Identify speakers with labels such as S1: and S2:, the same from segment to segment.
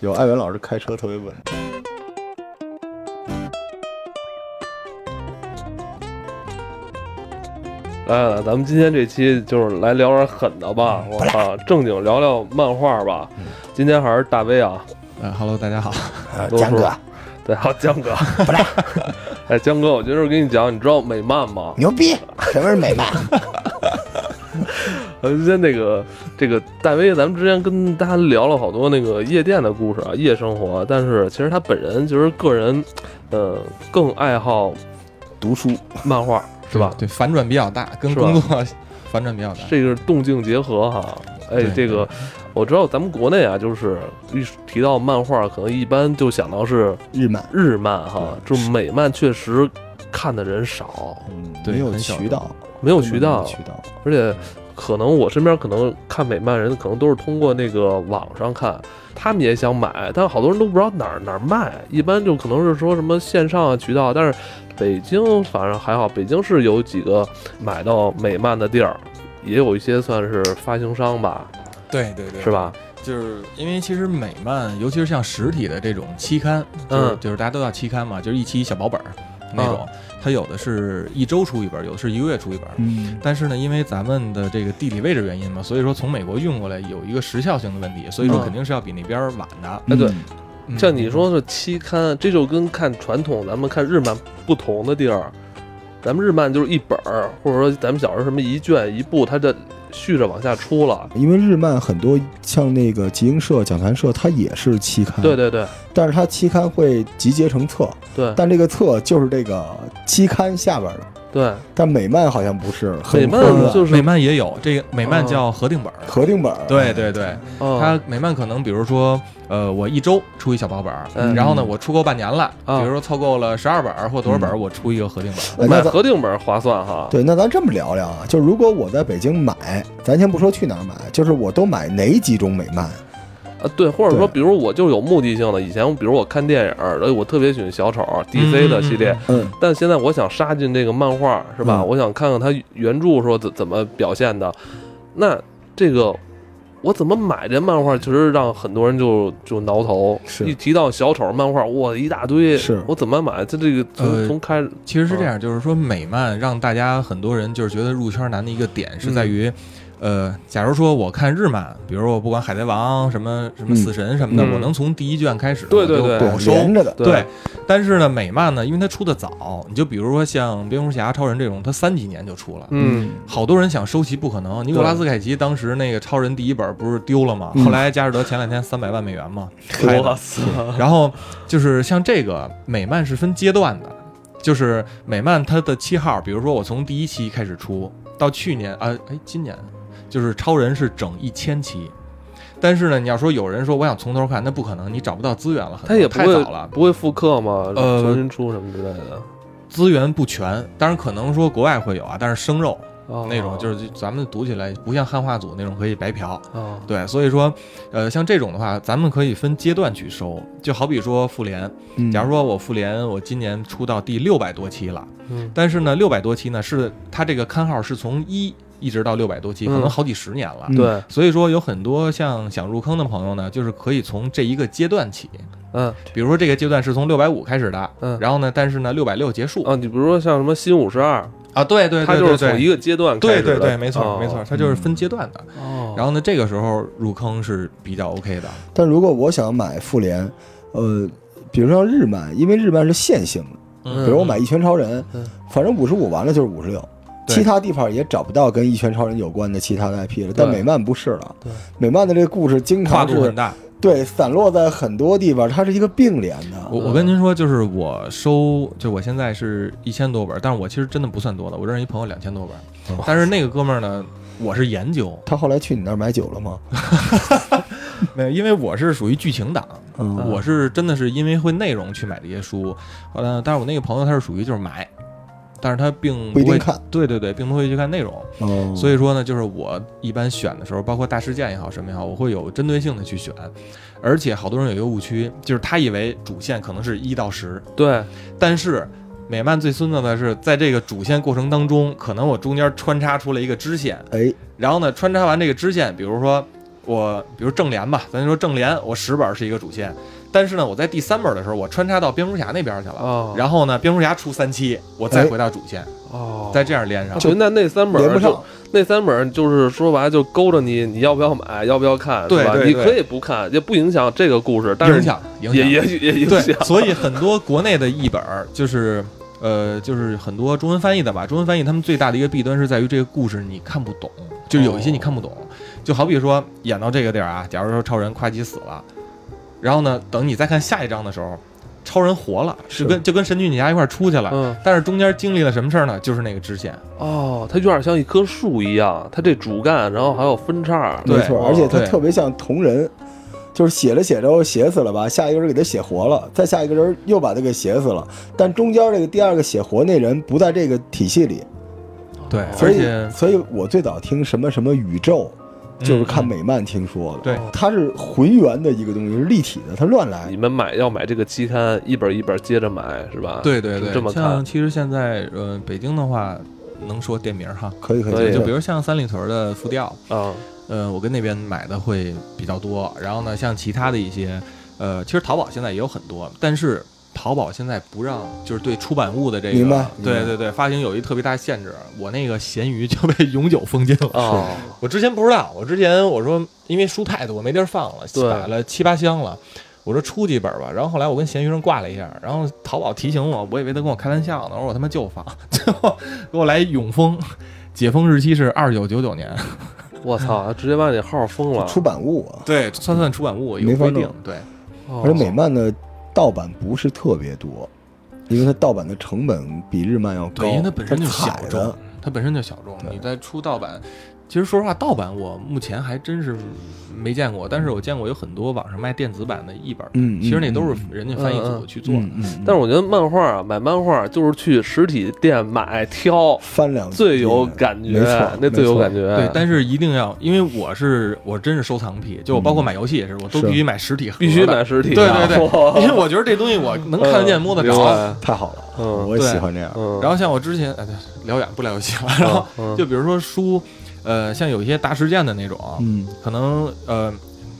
S1: 有艾文老师开车特别稳。
S2: 来呃来，咱们今天这期就是来聊点狠的吧，我操，正经聊聊漫画吧。今天还是大威啊，
S3: 呃哈喽，大家好。
S1: 呃
S2: 江哥，对，还有江哥，
S4: 不赖，
S2: 哎，江哥，我今儿跟你讲，你知道美漫吗？
S4: 牛 逼！什么是美漫？
S2: 呃，今天那个这个大威，咱们之前跟大家聊了好多那个夜店的故事啊，夜生活。但是其实他本人其实个人，呃，更爱好
S1: 读书，
S2: 漫画，是吧？
S3: 对，反转比较大，跟
S2: 是吧
S3: 工作 反转比较大。
S2: 这个是动静结合哈，哎，
S3: 对
S2: 这个我知道咱们国内啊，就是一提到漫画，可能一般就想到是
S4: 日漫
S2: 日漫哈，就是美漫确实看的人少，
S1: 嗯，
S3: 对
S1: 没有
S3: 很小
S1: 渠道，
S2: 没有渠道
S1: 没有，渠道，
S2: 而且可能我身边可能看美漫人可能都是通过那个网上看，他们也想买，但好多人都不知道哪儿哪儿卖，一般就可能是说什么线上啊渠道，但是北京反正还好，北京是有几个买到美漫的地儿。也有一些算是发行商吧，
S3: 对对对
S2: 是？吧？
S3: 就是因为其实美漫，尤其是像实体的这种期刊，就是、
S2: 嗯
S3: 就是大家都叫期刊嘛，就是一期小薄本儿那种，它有的是一周出一本儿，有的是一个月出一本儿。
S1: 嗯，
S3: 但是呢，因为咱们的这个地理位置原因嘛，所以说从美国运过来有一个时效性的问题，所以说
S2: 嗯
S3: 肯定是要比那边儿晚的。
S2: 哎对
S1: 嗯，
S3: 嗯
S2: 像你说是期刊，这就跟看传统咱们看日漫不同的地儿，咱们日漫就是一本儿，或者说咱们小时候什么一卷一部，它这续着往下出了。
S1: 因为日漫很多像那个集英社、讲坛社，它也是期刊，
S2: 对，对对
S1: 但是它期刊会集结成册，
S2: 对
S1: 但这个册就是这个期刊下边的。
S2: 对，
S1: 但美漫好像不是，很
S2: 美漫
S1: 混乱
S2: 就是
S3: 美漫也有这个美漫
S2: 哦
S3: 叫核定本儿，
S1: 核定本儿，哎
S3: 对对对，
S2: 哦
S3: 它美漫可能比如说，呃，我一周出一小薄本儿，
S2: 嗯
S3: 然后呢，我出够半年了，
S2: 啊
S3: 比如说凑够了十二本儿或多少
S2: 嗯
S3: 本儿，我出一个合订本儿。
S1: 哎
S2: 买
S1: 那咱
S2: 合订本儿划算哈。
S1: 对，那咱这么聊聊啊，就是如果我在北京买，咱先不说去哪儿买，就是我都买哪几种美漫？
S2: 啊，对，或者说
S1: 对
S2: 比如我就有目的性的，以前比如我看电影儿，哎我特别喜欢小丑 DC 的系列，
S1: 嗯，
S2: 但现在我想杀进这个漫画，是吧？
S1: 嗯
S2: 我想看看它原著说怎怎么表现的。那这个我怎么买这漫画，其实让很多人就就挠头。
S1: 是
S2: 一提到小丑漫画，哇，一大堆。
S1: 是
S2: 我怎么买？它这个从、
S3: 呃
S2: 从开始
S3: 其实是这样，就是说美漫让大家很多人就是觉得入圈难的一个点是在
S2: 嗯
S3: 于，呃，假如说我看日漫，比如我不管海贼王什么什么
S1: 嗯
S3: 死神什么的，
S2: 嗯
S3: 我能从第一卷开始，
S2: 对对
S3: 我就
S2: 对
S3: 保收。
S1: 连着的，
S3: 对，但是呢，美漫呢，因为它出的早，你就比如说像蝙蝠侠、超人这种，它三几年就出了，
S2: 嗯，
S3: 好多人想收集，不可能。尼古拉斯凯奇当时那个超人第一本不是丢了吗？
S1: 嗯
S3: 后来佳士得前两天三百万美元嘛，拍
S2: 哇
S3: 的。
S2: 塞，
S3: 然后就是像这个美漫是分阶段的，就是美漫它的七号，比如说我从第一期开始出，到去年啊，哎，今年就是超人是整一千期。但是呢，你要说有人说我想从头看，那不可能，你找不到资源了，很多
S2: 它也不
S3: 太
S2: 会
S3: 早了，
S2: 不会复刻吗？
S3: 呃
S2: 重新出什么之类的。
S3: 资源不全。当然可能说国外会有啊，但是生肉
S2: 哦、
S3: 那种就是咱们读起来不像汉化组那种可以白嫖。
S2: 哦，
S3: 对，所以说，呃，像这种的话，咱们可以分阶段去收。就好比说复联，
S1: 嗯
S3: 假如说我复联，我今年出到第六百多期了，
S2: 嗯，
S3: 但是呢，六百多期呢是它这个刊号是从一一直到六百多期，可
S2: 嗯
S3: 能好几十年了。
S1: 嗯
S2: 对，
S3: 所以说，有很多像想入坑的朋友呢，就是可以从这一个阶段起，
S2: 嗯
S3: 比如说这个阶段是从六百五开始的，
S2: 嗯。
S3: 然后呢，但是呢，六百六结束
S2: 啊，你比如说像什么新五十二，
S3: 啊，对对对，
S2: 它就是
S3: 对
S2: 从一个阶段开
S3: 对
S2: 始的
S3: 对对，没
S2: 哦
S3: 错没错，它就是分阶段的。
S2: 哦，
S3: 然后呢，这个时候入坑是比较 OK 的。
S1: 但如果我想买复联，呃，比如说日漫，因为日漫是线性的，
S2: 嗯
S1: 比如我买一拳超人，
S2: 嗯
S1: 反正五十五完了就是五十六。
S3: 对
S1: 其他地方也找不到跟一拳超人有关的其他的 IP 了，但
S2: 对
S1: 美漫不是了
S2: 对。
S1: 美漫的这个故事经
S3: 跨
S1: 常
S3: 度很
S1: 是
S3: 大。
S1: 对散落在很多地方，它是一个并联的。
S3: 我我跟您说，就是我收，就我现在是一千多本儿，但是我其实真的不算多的。我认识一朋友两千多本儿
S1: 哦，
S3: 但是那个哥们儿呢，我是研究，
S1: 他后来去你那儿买酒了吗？
S3: 没有，因为我是属于剧情党，
S1: 嗯，
S3: 我是真的是因为会内容去买这些书。后来呢，但是我那个朋友他是属于就是买，但是他并
S1: 不一
S3: 会
S1: 定看。
S3: 对对对，并不会去看内容。
S1: 哦，
S3: 所以说呢，就是我一般选的时候，包括大事件也好，什么也好，我会有针对性的去选。而且好多人有一个误区，就是他以为主线可能是一到十，
S2: 对，
S3: 但是美漫最孙子的是，在这个主线过程当中，可能我中间穿插出了一个支线，
S1: 哎，
S3: 然后呢，穿插完这个支线，比如说我比如正联吧，咱就说正联，我十本是一个主线，但是呢，我在第三本的时候，我穿插到蝙蝠侠那边去了，
S2: 哦
S3: 然后呢，蝙蝠侠出三期，我再
S1: 哎
S3: 回到主线，
S2: 哦，
S3: 再这样连上。
S2: 就那那三本
S1: 连不
S2: 就
S1: 上，
S2: 那三本就是说白了就勾着你，你要不要买，要不要看，
S3: 对
S2: 是吧？
S3: 对
S2: 你
S3: 对
S2: 可以不看，也不影响这个故事，但
S3: 影
S2: 是
S3: 响影
S2: 也
S3: 响
S2: 也也影
S3: 对
S2: 响，，
S3: 所以很多国内的译本儿就是呃，就是很多中文翻译的吧，中文翻译他们最大的一个弊端是在于这个故事你看不懂，就是有一
S2: 哦
S3: 些你看不懂，就好比说演到这个地儿啊，假如说超人夸叽死了，然后呢，等你再看下一章的时候，超人活了，
S1: 是
S3: 就跟就跟神奇女侠一块儿出去了。
S2: 嗯，
S3: 但是中间经历了什么事儿呢？就是那个支线，
S2: 哦，它有点像一棵树一样，它这主干，然后还有分叉，
S3: 对哦
S1: 没错，而且他
S3: 对
S1: 特别像同人，就是写着写着写死了吧，下一个人给他写活了，再下一个人又把他给写死了，但中间这个第二个写活那人不在这个体系里，
S3: 对
S1: 所
S3: 哦而
S1: 以
S3: 且
S1: 所以我最早听什么什么宇宙，就是看
S3: 嗯
S1: 美漫听说的，
S3: 对
S1: 它是浑圆的一个东西，是立体的，它乱来
S2: 你。们买要买这个期刊，一本一本接着买，是吧？，
S3: 对对
S2: 是
S3: 对，
S2: 这么看
S3: 像其实现在呃，北京的话能说店名儿哈，
S1: 可以可以，
S2: 所以
S1: 对
S3: 就比如像三里屯儿的复调，
S2: 啊，
S3: 呃，我跟那边买的会比较多。然后呢，像其他的一些，呃，其实淘宝现在也有很多，但是淘宝现在不让，就是对出版物的这个，
S1: 明白明
S3: 对
S1: 白
S3: 对对，发行有一特别大限制。我那个闲鱼就被永久封禁 了。
S2: 哦，
S3: 我之前不知道，我之前我说因为书太多没地儿放了，
S2: 对
S3: 买了七八箱了。我说出几本吧，然后后来我跟闲鱼上挂了一下，然后淘宝提醒我，我以为他跟我开玩笑呢，我说我他妈就放， 最后给我来一永封，解封日期是二九九九年，
S2: 我操，直接把你号封了，
S1: 出版物啊，
S3: 对，算算出版物有
S1: 没法
S3: 规
S1: 弄
S3: 定，对，
S2: 哦
S1: 而且美漫的盗版不是特别多，因为它盗版的成本比日漫要高，
S3: 对，因为它本身就小
S1: 踩
S3: 众
S1: 的，，
S3: 它本身就小众。
S1: 对
S3: 你在出盗版，其实说实话，盗版我目前还真是没见过，但是我见过有很多网上卖电子版的译本，
S1: 嗯，
S3: 其实那
S1: 嗯
S3: 都是
S1: 嗯
S3: 人家翻译组去做的。
S1: 嗯嗯嗯
S2: 但是我觉得漫画啊，买漫画就是去实体店买挑，
S1: 翻两
S2: 最有
S3: 嗯
S1: 遍
S2: 感觉
S1: 没错，，
S2: 那最有感
S1: 觉。
S2: 觉。啊
S3: 对，但是一定要，因为我是我真是收藏癖，就我包括买游戏也是，我
S1: 嗯
S3: 都
S1: 是
S3: 必须嗯买实体盒的，
S2: 必须买实体
S3: 对
S2: 的，
S3: 对对，因
S2: 哇
S3: 为
S2: 嗯
S3: 我觉得这东西我能看得见、摸得
S2: 明
S3: 着，
S2: 白
S1: 太好了，
S2: 嗯
S1: 我也
S3: 对
S1: 喜欢这样。
S2: 嗯，
S3: 然后像我之前，哎，对，聊远不聊游戏了。 然后
S2: 嗯嗯
S3: 就比如说书，呃，像有一些大事件的那种，
S1: 嗯，
S3: 可能呃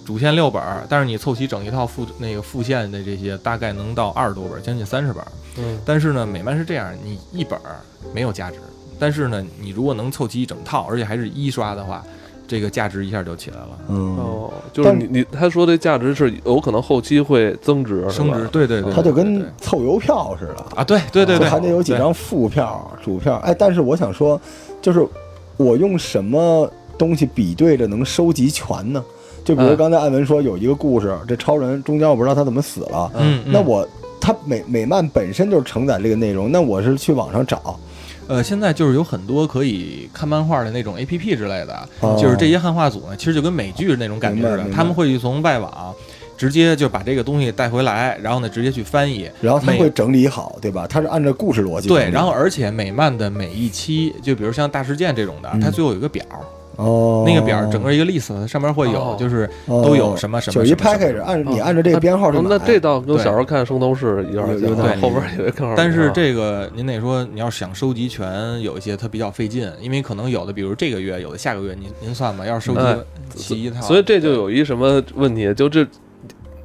S3: 主线六本儿，但是你凑齐整一套副那个副线的这些，大概能到二十多本儿，将近三十本儿。
S2: 嗯
S3: 但是呢，美漫是这样，你一本儿没有价值，但是呢，你如果能凑齐一整套，而且还是一刷的话，这个价值一下就起来了。
S1: 嗯，
S2: 哦，就是
S1: 但
S2: 你你他说这价值是有可能后期会增值，是
S3: 升
S2: 吧
S3: 值，对对对，
S1: 它就
S3: 对对
S1: 跟凑邮票似的，
S3: 啊，对对对
S1: 就
S3: 对，
S1: 还得有几张副票、主票。哎，但是我想说，就是我用什么东西比对着能收集全呢？就比如
S2: 嗯
S1: 刚才艾文说有一个故事，这超人中间我不知道他怎么死了，
S3: 嗯，嗯
S1: 那我他美美漫本身就是承载这个内容，那我是去网上找，
S3: 呃，现在就是有很多可以看漫画的那种 A P P 之类的，啊
S1: 哦
S3: 就是这些汉化组呢，其实就跟美剧那种感觉似
S1: 明白
S3: 的，
S1: 明白
S3: 他们会从外网直接就把这个东西带回来，然后呢直接去翻译。
S1: 然后他
S3: 美
S1: 会整理好，对吧？他是按照故事逻辑整
S3: 对，
S1: 理
S3: 然后而且美漫的每一期，就比如像大事件这种的，它
S1: 嗯
S3: 最后有一个表，
S1: 哦，
S3: 那个表整个一个 list 上面会有
S2: 哦，
S3: 就是
S1: 哦
S3: 都有什么什么
S1: 就是一
S3: 什么什么嗯
S1: package，按你
S2: 哦
S1: 按照这个编号去
S2: 哦
S1: 买。
S2: 那这倒跟
S3: 对
S2: 小时候看《圣斗士》有点
S1: 有有
S2: 像，
S1: 点
S2: 后边儿也啊会更好玩。
S3: 但是这个您得说，你要想收集全，有一些它比较费劲，因为可能有的，比如这个月，有的下个月，您您算吧，要是收集
S2: 哎
S3: 齐一套，
S2: 所以这就有一什么问题，就这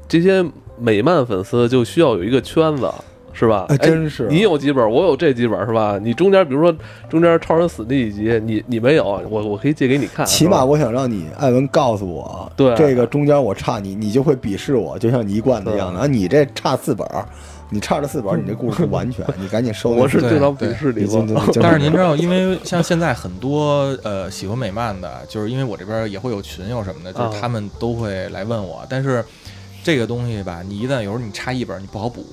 S2: 这些美漫粉丝就需要有一个圈子，是吧？
S1: 哎，
S2: 哎
S1: 真
S3: 啊
S1: 是
S2: 你有几本，我有这几本，是吧？你中间比如说中间超人死那一集，你你没有，我我可以借给你看。
S1: 起
S2: 是吧
S1: 码我想让你艾文告诉我，
S2: 对
S1: 这个中间我差你，你就会鄙视我，就像你一贯的样子。啊，你这差四本儿，你差这四本儿，你这故事不完全，你赶紧收。
S2: 我是
S3: 对
S2: 经常鄙视
S1: 你
S2: 你
S1: 经
S2: 吗？
S1: 经
S3: 但是您知道，因为像现在很多呃喜欢美漫的，就是因为我这边也会有群友什么的，就
S2: 啊
S3: 是他们都会来问我。但是这个东西吧，你一旦有时候你差一本，你不好补。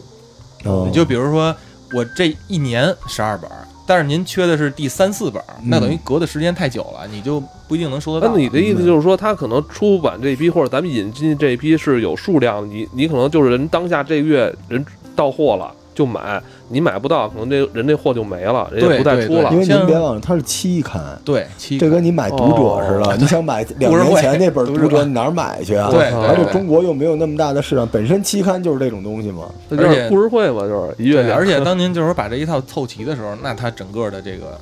S1: 哦
S3: 你就比如说我这一年十二本，但是您缺的是第三四本，那等于隔的时间太久了，你就不一定能收得
S2: 那
S3: 到。
S2: 你的意思就是说，他可能出版这一批或者咱们引进这一批是有数量，你你可能就是人当下这月人到货了就买，你买不到，可能这人这货就没了，人也
S3: 对
S2: 不再
S3: 对
S2: 出
S3: 对
S2: 了
S1: 因。为您
S3: 像
S1: 别忘了，它是期刊，
S3: 对，七
S1: 这跟你买读者似
S2: 哦
S1: 的，你想 买两
S3: 读者
S1: 年
S3: 会
S1: 前那本
S3: 读者
S1: 读者，你哪儿买去啊？
S3: 对对
S1: 而且
S3: 对
S1: 中国又没有那么大的市场，本身期刊就是这种东西嘛。
S2: 那就是
S3: 而且
S2: 故事会嘛，就是一月
S3: 对，
S2: 两
S3: 而且当您就是把这一套凑齐的时候，那它整个的这个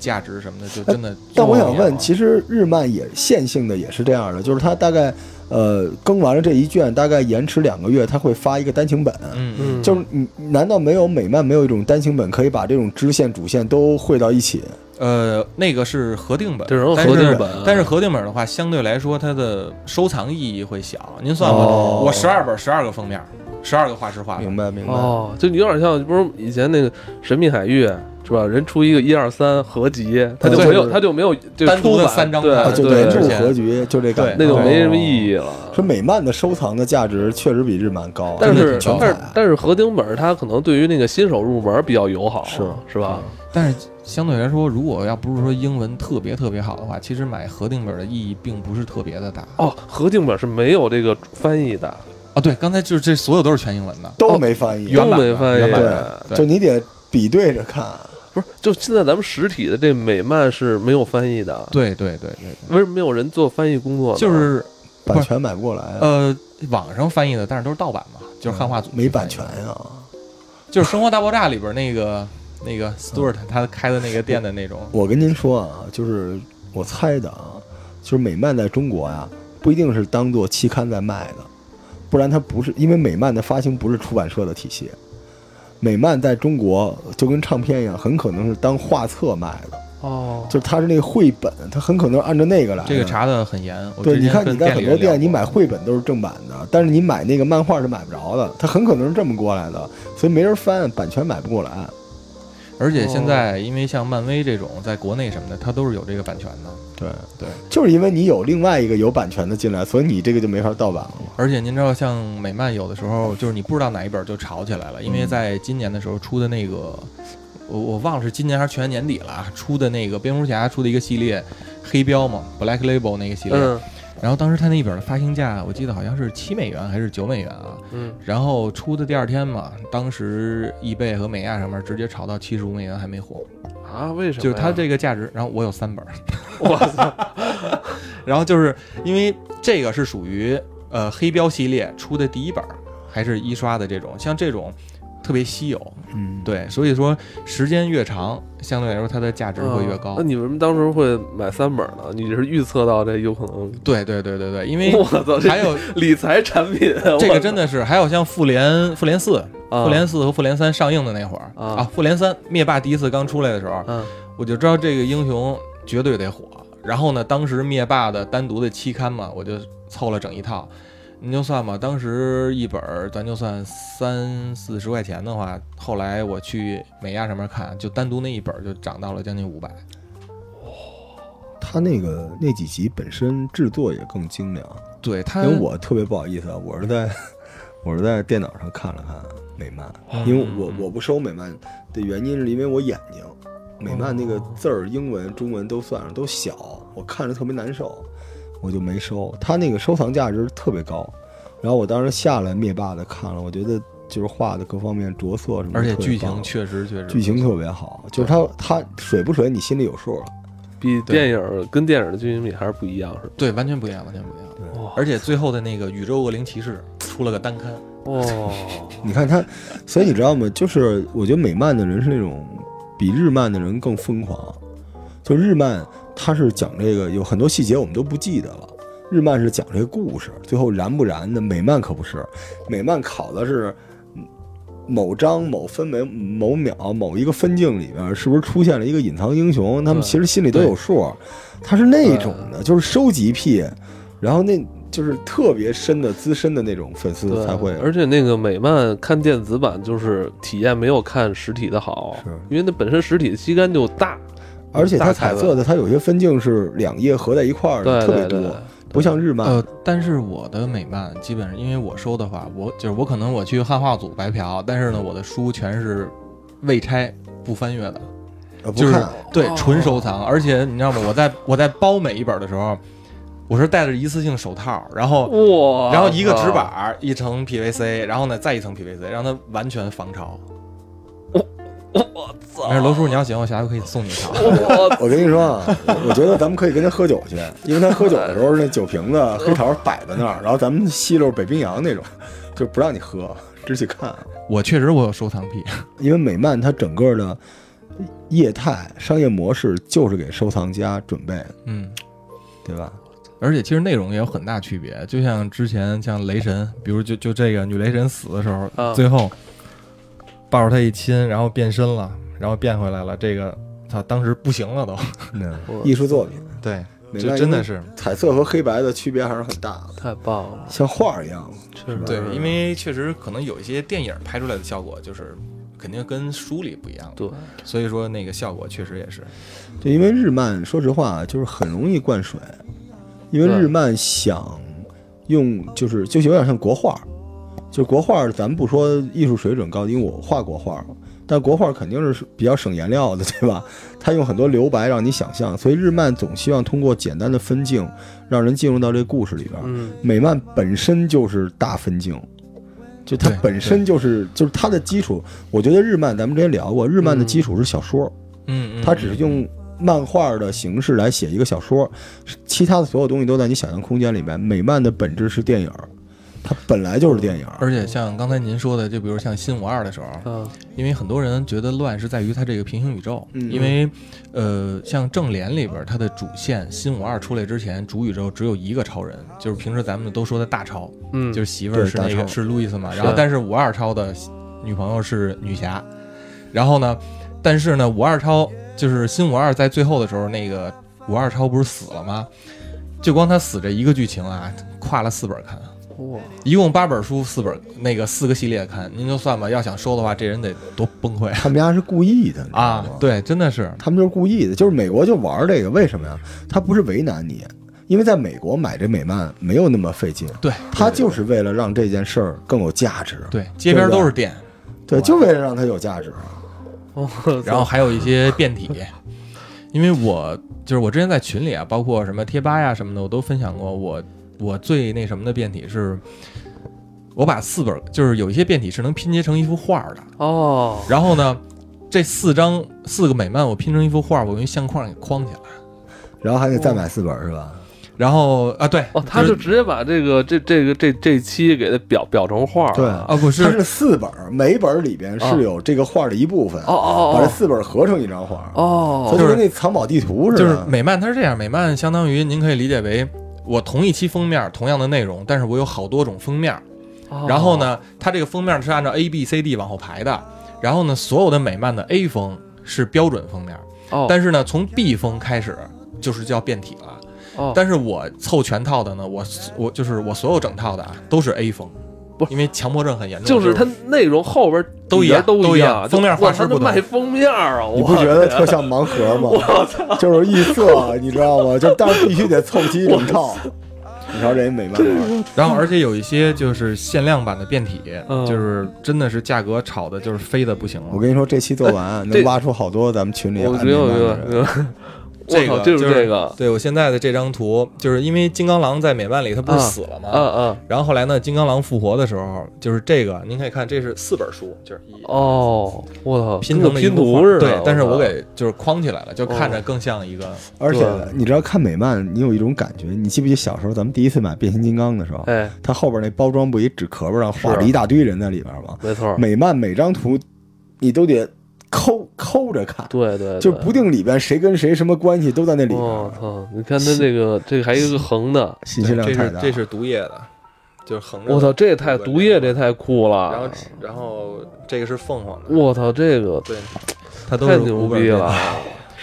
S3: 价值什么的，就真的。
S1: 但我想
S3: 重要
S1: 问，
S3: 啊
S1: 其实日漫也线性的也是这样的，就是它大概呃更完了这一卷，大概延迟两个月，它会发一个单行本。
S3: 嗯嗯，
S2: 嗯，
S1: 就是你难道没有美漫没有一种单行本可以把这种支线主线都汇到一起？
S3: 呃，那个是核定本，
S2: 这是
S3: 但
S2: 核定本啊
S3: 但是核定本的话，相对来说它的收藏意义会小。您算吧，
S1: 哦
S3: 我十二本，十二个封面，十二个画师画的。
S1: 明白明白。
S2: 哦，就你有点像，不是以前那个《神秘海域》是吧？人出一个一二三合集，他就
S1: 对
S2: 没有，
S1: 对
S2: 他就没有就
S3: 单独的
S2: 出版
S3: 三张
S1: 啊
S3: 盘
S2: 对
S1: 就
S2: 对
S1: 连
S3: 之
S1: 住
S3: 前
S1: 和局，就这感觉，
S3: 对
S2: 那就没什
S3: 哦
S2: 么
S1: 义。
S2: 意义啊了。
S1: 说美漫的收藏的价值确实比日漫高，
S2: 但
S1: 真的
S2: 是
S1: 挺全
S2: 但是
S1: 彩
S2: 但是合订本它可能对于那个新手入门比较友好，
S1: 是
S2: 是吧？
S3: 但是相对来说，如果要不是说英文特别特别好的话，其实买核定本的意义并不是特别的大。
S2: 哦，合订本是没有这个翻译的，
S3: 啊，对，刚才就是这所有都是全英文的。
S1: 都没翻译，
S2: 都
S3: 原版的
S2: 没翻译
S3: 原版
S2: 的
S3: 的。
S1: 就你得比对着看。
S2: 不是，就现在咱们实体的这美漫是没有翻译的，
S3: 对对对对
S2: 为什么没有人做翻译工作呢？
S3: 对，就是
S1: 版权买不过来啊，
S3: 呃，网上翻译的，但是都是盗版嘛，就是汉化组
S1: 没
S3: 织
S1: 版
S3: 翻译的
S1: 权啊呀、
S3: 就是《生活大爆炸》里边那个那个 Stuart 他开的那个店的那种，
S1: 我跟您说啊，就是我猜的啊，就是美漫在中国呀，不一定是当做期刊在卖的，不然它不是因为美漫的发行不是出版社的体系，美漫在中国就跟唱片一样，很可能是当画册卖的，
S2: 哦，
S1: 就是它是那个绘本，它很可能按照那个来的。
S3: 这个查的很严。我
S1: 哎对，
S3: 之
S1: 你
S3: 前
S1: 看
S3: 跟
S1: 你在很多
S3: 里聊
S1: 店，你
S3: 过
S1: 买绘本都是正版的，但是你买那个漫画是买不着的，它很可能是这么过来的，所以没人翻，版权买不过来。
S3: 而且现
S1: 哦
S3: 在因为像漫威这种在国内什么的，它都是有这个版权的。
S1: 对
S3: 对，
S1: 就是因为你有另外一个有版权的进来，所以你这个就没法盗版了。
S3: 而且您知道，像美漫有的时候就是你不知道哪一本就炒起来了，因为
S1: 嗯
S3: 在今年的时候出的那个，我我忘了是今年还是去年年底了啊，出的那个蝙蝠侠出的一个系列黑标嘛，Black Label 那个系列，
S2: 嗯
S3: 然后当时他那一本的发行价我记得好像是七美元还是九美元啊，
S2: 嗯，
S3: 然后出的第二天嘛，当时易贝和美亚上面直接炒到七十五美元还没火，
S2: 啊，为什么呀？
S3: 就是它这个价值。然后我有三本，
S2: 我操，
S3: 然后就是因为这个是属于呃黑标系列出的第一本儿，还是一刷的这种，像这种特别稀有，
S1: 嗯，
S3: 对，所以说时间越长，相对来说它的价值会越高。
S2: 那你为什么当时会买三本呢？你是预测到这有可能？
S3: 对对对对对，因为
S2: 我操，这
S3: 还有
S2: 理财产品，
S3: 这个
S2: 我
S3: 真的是，还有像复联、复联四、
S2: 啊
S3: 复联四和复联三上映的那会儿
S2: 啊
S3: 啊，复联三灭霸第一次刚出来的时候，
S2: 嗯
S3: 我就知道这个英雄绝对得火。然后呢，当时灭霸的单独的期刊嘛，我就凑了整一套。您就算吧，当时一本儿咱就算三四十块钱的话，后来我去美亚上面看，就单独那一本儿就涨到了将近五百。
S1: 他那个那几集本身制作也更精良，
S3: 对
S1: 因
S3: 它，
S1: 为我特别不好意思啊，我是在 我是在电脑上看了看美漫，
S3: 嗯
S1: 因为我我不收美漫的原因是因为我眼睛。美漫那个字儿，英文、中文都算上，都小，我看着特别难受，我就没收。它那个收藏价值特别高，然后我当时下来灭霸的看了，我觉得就是画的各方面着色什么的特
S3: 而
S1: 别
S3: 且
S1: 棒，
S3: 剧情确实确实
S1: 剧情特别好，就是它它水不水你心里有数了。
S2: 比
S3: 对
S2: 电影儿跟电影儿的剧情比还是不一样，是吧？
S3: 对完全不一样，完全不一样。
S2: 哇
S3: 而且最后的那个宇宙恶灵骑士出了个单刊，
S2: 哦，
S1: 你看他，所以你知道吗？就是我觉得美漫的人是那种比日漫的人更疯狂。就日漫，它是讲这个有很多细节我们都不记得了。日漫是讲这个故事，最后燃不燃的。美漫可不是，美漫考的是嗯某章某分每某秒某一个分镜里面是不是出现了一个隐藏英雄，他们
S2: 对
S1: 其实心里都有数。他是那种的，就是收集癖，然后那就是特别深的资深的那种粉丝
S2: 对，
S1: 才会。
S2: 而且那个美漫看电子版就是体验没有看实体的好，
S1: 是
S2: 因为那本身实体的吸干就大，
S1: 而且它
S2: 大彩
S1: 彩色的，它有些分镜是两页合在一块儿
S2: 对
S1: 的，特别
S2: 对对
S1: 多，不像日漫。
S3: 呃，但是我的美漫基本上，因为我收的话，我就是我可能我去汉化组白嫖，但是呢，我的书全是未拆不翻阅的，
S1: 呃不
S3: 就是
S1: 看，
S3: 对
S2: 哦
S3: 纯收藏。而且你知道吗？我在我在包每一本的时候，我是戴着一次性手套，然后
S2: 哇，
S3: 然后一个纸板儿，一层 PVC，然后呢再一层 PVC，让它完全防潮。我没事，罗叔你要行，我下回可以送你一套。
S2: 我
S1: 我跟你说啊，我我觉得咱们可以跟他喝酒去，因为他喝酒的时候那酒瓶子、黑桃摆在那儿，然后咱们吸溜北冰洋那种，就不让你喝，只许看。
S3: 我确实我有收藏癖，
S1: 因为美漫它整个的业态、商业模式就是给收藏家准备的，
S3: 嗯，
S1: 对吧？
S3: 而且其实内容也有很大区别，就像之前像雷神，比如就就这个女雷神死的时候，
S2: 啊
S3: 最后抱着他一亲，然后变身了，然后变回来了，这个他当时不行了 都。
S2: 我
S1: 艺术作品，
S3: 嗯对，
S1: 美
S3: 这
S1: 漫
S3: 真
S1: 因
S3: 的
S1: 为
S3: 是
S1: 彩色和黑白的区别还是很大的，
S2: 太棒了，
S1: 像画儿一样。
S2: 真是
S3: 对，
S1: 嗯
S3: 因为确实可能有一些电影拍出来的效果就是肯定跟书里不一样，
S2: 对
S3: 所以说那个效果确实也是，
S1: 就因为日漫，说实话就是很容易灌水，因为
S2: 对
S1: 日漫想用就是就有点像国画，就国画咱们不说艺术水准高，因为我画国画嘛，但国画肯定是比较省颜料的，对吧？它用很多留白让你想象，所以日漫总希望通过简单的分镜，让人进入到这故事里边。
S2: 嗯
S1: 美漫本身就是大分镜，就它
S3: 对
S1: 本身就是就是它的基础。我觉得日漫咱们之前聊过，日漫的基础是小说，
S3: 嗯
S1: 它只是用漫画的形式来写一个小说，其他的所有东西都在你想象空间里面。美漫的本质是电影儿，它本来就是电影儿。
S3: 而且像刚才您说的，就比如像《新五二》的时候，
S2: 啊
S3: 因为很多人觉得乱是在于它这个平行宇宙，
S1: 嗯
S3: 因为呃，像正联里边儿它的主线新五二出来之前，主宇宙只有一个超人，就是平时咱们都说的大超，
S2: 嗯
S3: 就是媳妇儿
S1: 对
S3: 是
S1: 大
S3: 那个
S1: 超
S3: 是路易斯嘛，
S2: 是
S3: 然后但是五二超的女朋友是女侠，然后呢，但是呢五二超就是新五二在最后的时候，那个五二超不是死了吗？就光他死这一个剧情啊，跨了四本儿看。
S2: 哇
S3: 一共八本书，四本那个四个系列看，您就算吧。要想收的话，这人得多崩溃
S1: 他们家是故意的你知道
S3: 啊
S1: 吗！
S3: 对，真的是，
S1: 他们就是故意的，就是美国就玩这个，为什么呀？他不是为难你，因为在美国买这美漫没有那么费劲，
S3: 对，
S1: 他就是为了让这件事儿更有价值。
S3: 对，街边都是店，
S1: 对，
S3: 对
S1: 就为了让它有价值。
S2: 哦，
S3: 然后还有一些变 体。因为我就是我之前在群里啊，包括什么贴吧呀、什么的，我都分享过。我我最那什么的变体是，我把四本就是有一些变体是能拼接成一幅画儿的。
S2: 哦，
S3: 然后呢，这四张四个美漫我拼成一幅画儿，我用相框给框起来。
S1: 然后还得再买四本儿是吧？
S3: 然后啊，对，
S2: 哦，他就直接把这个这这个这这期给它表表成画儿
S1: 对
S2: 了
S3: 啊，不是哦
S1: 它是四本儿，每本儿里边
S2: 啊
S1: 是有这个画的一部分，
S2: 哦哦
S1: 把这
S2: 哦
S1: 四本儿合成一张画，所
S2: 哦
S1: 以就跟那藏宝地图
S2: 啊
S1: 似的。
S3: 就是美漫它是这样，美漫相当于您可以理解为我同一期封面同样的内容，但是我有好多种封面，
S2: 哦，
S3: 然后呢，它这个封面是按照 A B C D 往后排的，然后呢，所有的美漫的 A 封是标准封面，
S2: 哦，
S3: 但是呢，从 B 封开始就是叫变体了。
S2: 哦
S3: 但是我凑全套的呢，我我就是我所有整套的啊都是 A 封，
S2: 不是
S3: 因为强迫症很严重，
S2: 哦就是它
S3: 它
S2: 内容后边
S3: 都一样
S2: 都
S3: 都一样
S2: 样，
S3: 封面
S2: 就
S3: 画师
S2: 哇他
S3: 不
S2: 们
S3: 同
S2: 卖封面啊，
S1: 你
S2: 我
S1: 不觉得特像盲盒吗？就是异色，你知道吗？就但是必须得凑齐一整套。你瞧这美漫画，
S3: 然后而且有一些就是限量版的变体，
S2: 嗯
S3: 就是真的是价格炒的就是飞的不行了。
S1: 我跟你说，这期做完
S2: 哎这
S1: 能挖出好多咱们群里
S2: 我
S1: 爱
S2: 只
S1: 美
S2: 有
S1: 漫
S2: 一
S1: 的
S2: 个
S1: 人。
S2: 我
S3: 这
S2: 操
S3: 个
S2: 就是
S3: 就是
S2: 这个，
S3: 对我现在的这张图，就是因为金刚狼在美漫里他不是死了吗？
S2: 嗯嗯
S3: 然后后来呢，金刚狼复活的时候，就是这个，您可以看，这是四本书，就是一
S2: 哦，我操，
S3: 拼
S2: 跟
S3: 成
S2: 个
S3: 了一
S2: 拼
S3: 幅画
S2: 图似的，
S3: 对，但是
S2: 操
S3: 我给就是框起来了，就看着更像一个。
S1: 而且
S2: 对
S1: 你知道看美漫，你有一种感觉，你记不记得小时候咱们第一次买变形金刚的时候，
S2: 哎，
S1: 它后边那包装不一纸壳儿上画了一大堆人在里边吗？
S2: 没错儿，
S1: 美漫每张图你都得抠抠着看，
S2: 对对，
S1: 就
S2: 对
S1: 不定里边谁跟谁什么关系都在
S3: 啊
S1: 那里
S2: 我
S1: 边，
S2: 操，你看它这个这个还有一个横 的，
S1: 信息量
S3: 这
S1: 太
S3: 是
S1: 大。
S3: 这是毒液的，就是横着。
S2: 我操，这也太毒液，这也太酷
S3: 然后
S2: 了，
S3: 然后这个是凤凰的，
S2: 我操，这个
S3: 对，它都
S2: 太
S3: 是
S2: 牛
S3: 五本
S2: 逼
S3: 变体
S2: 了。，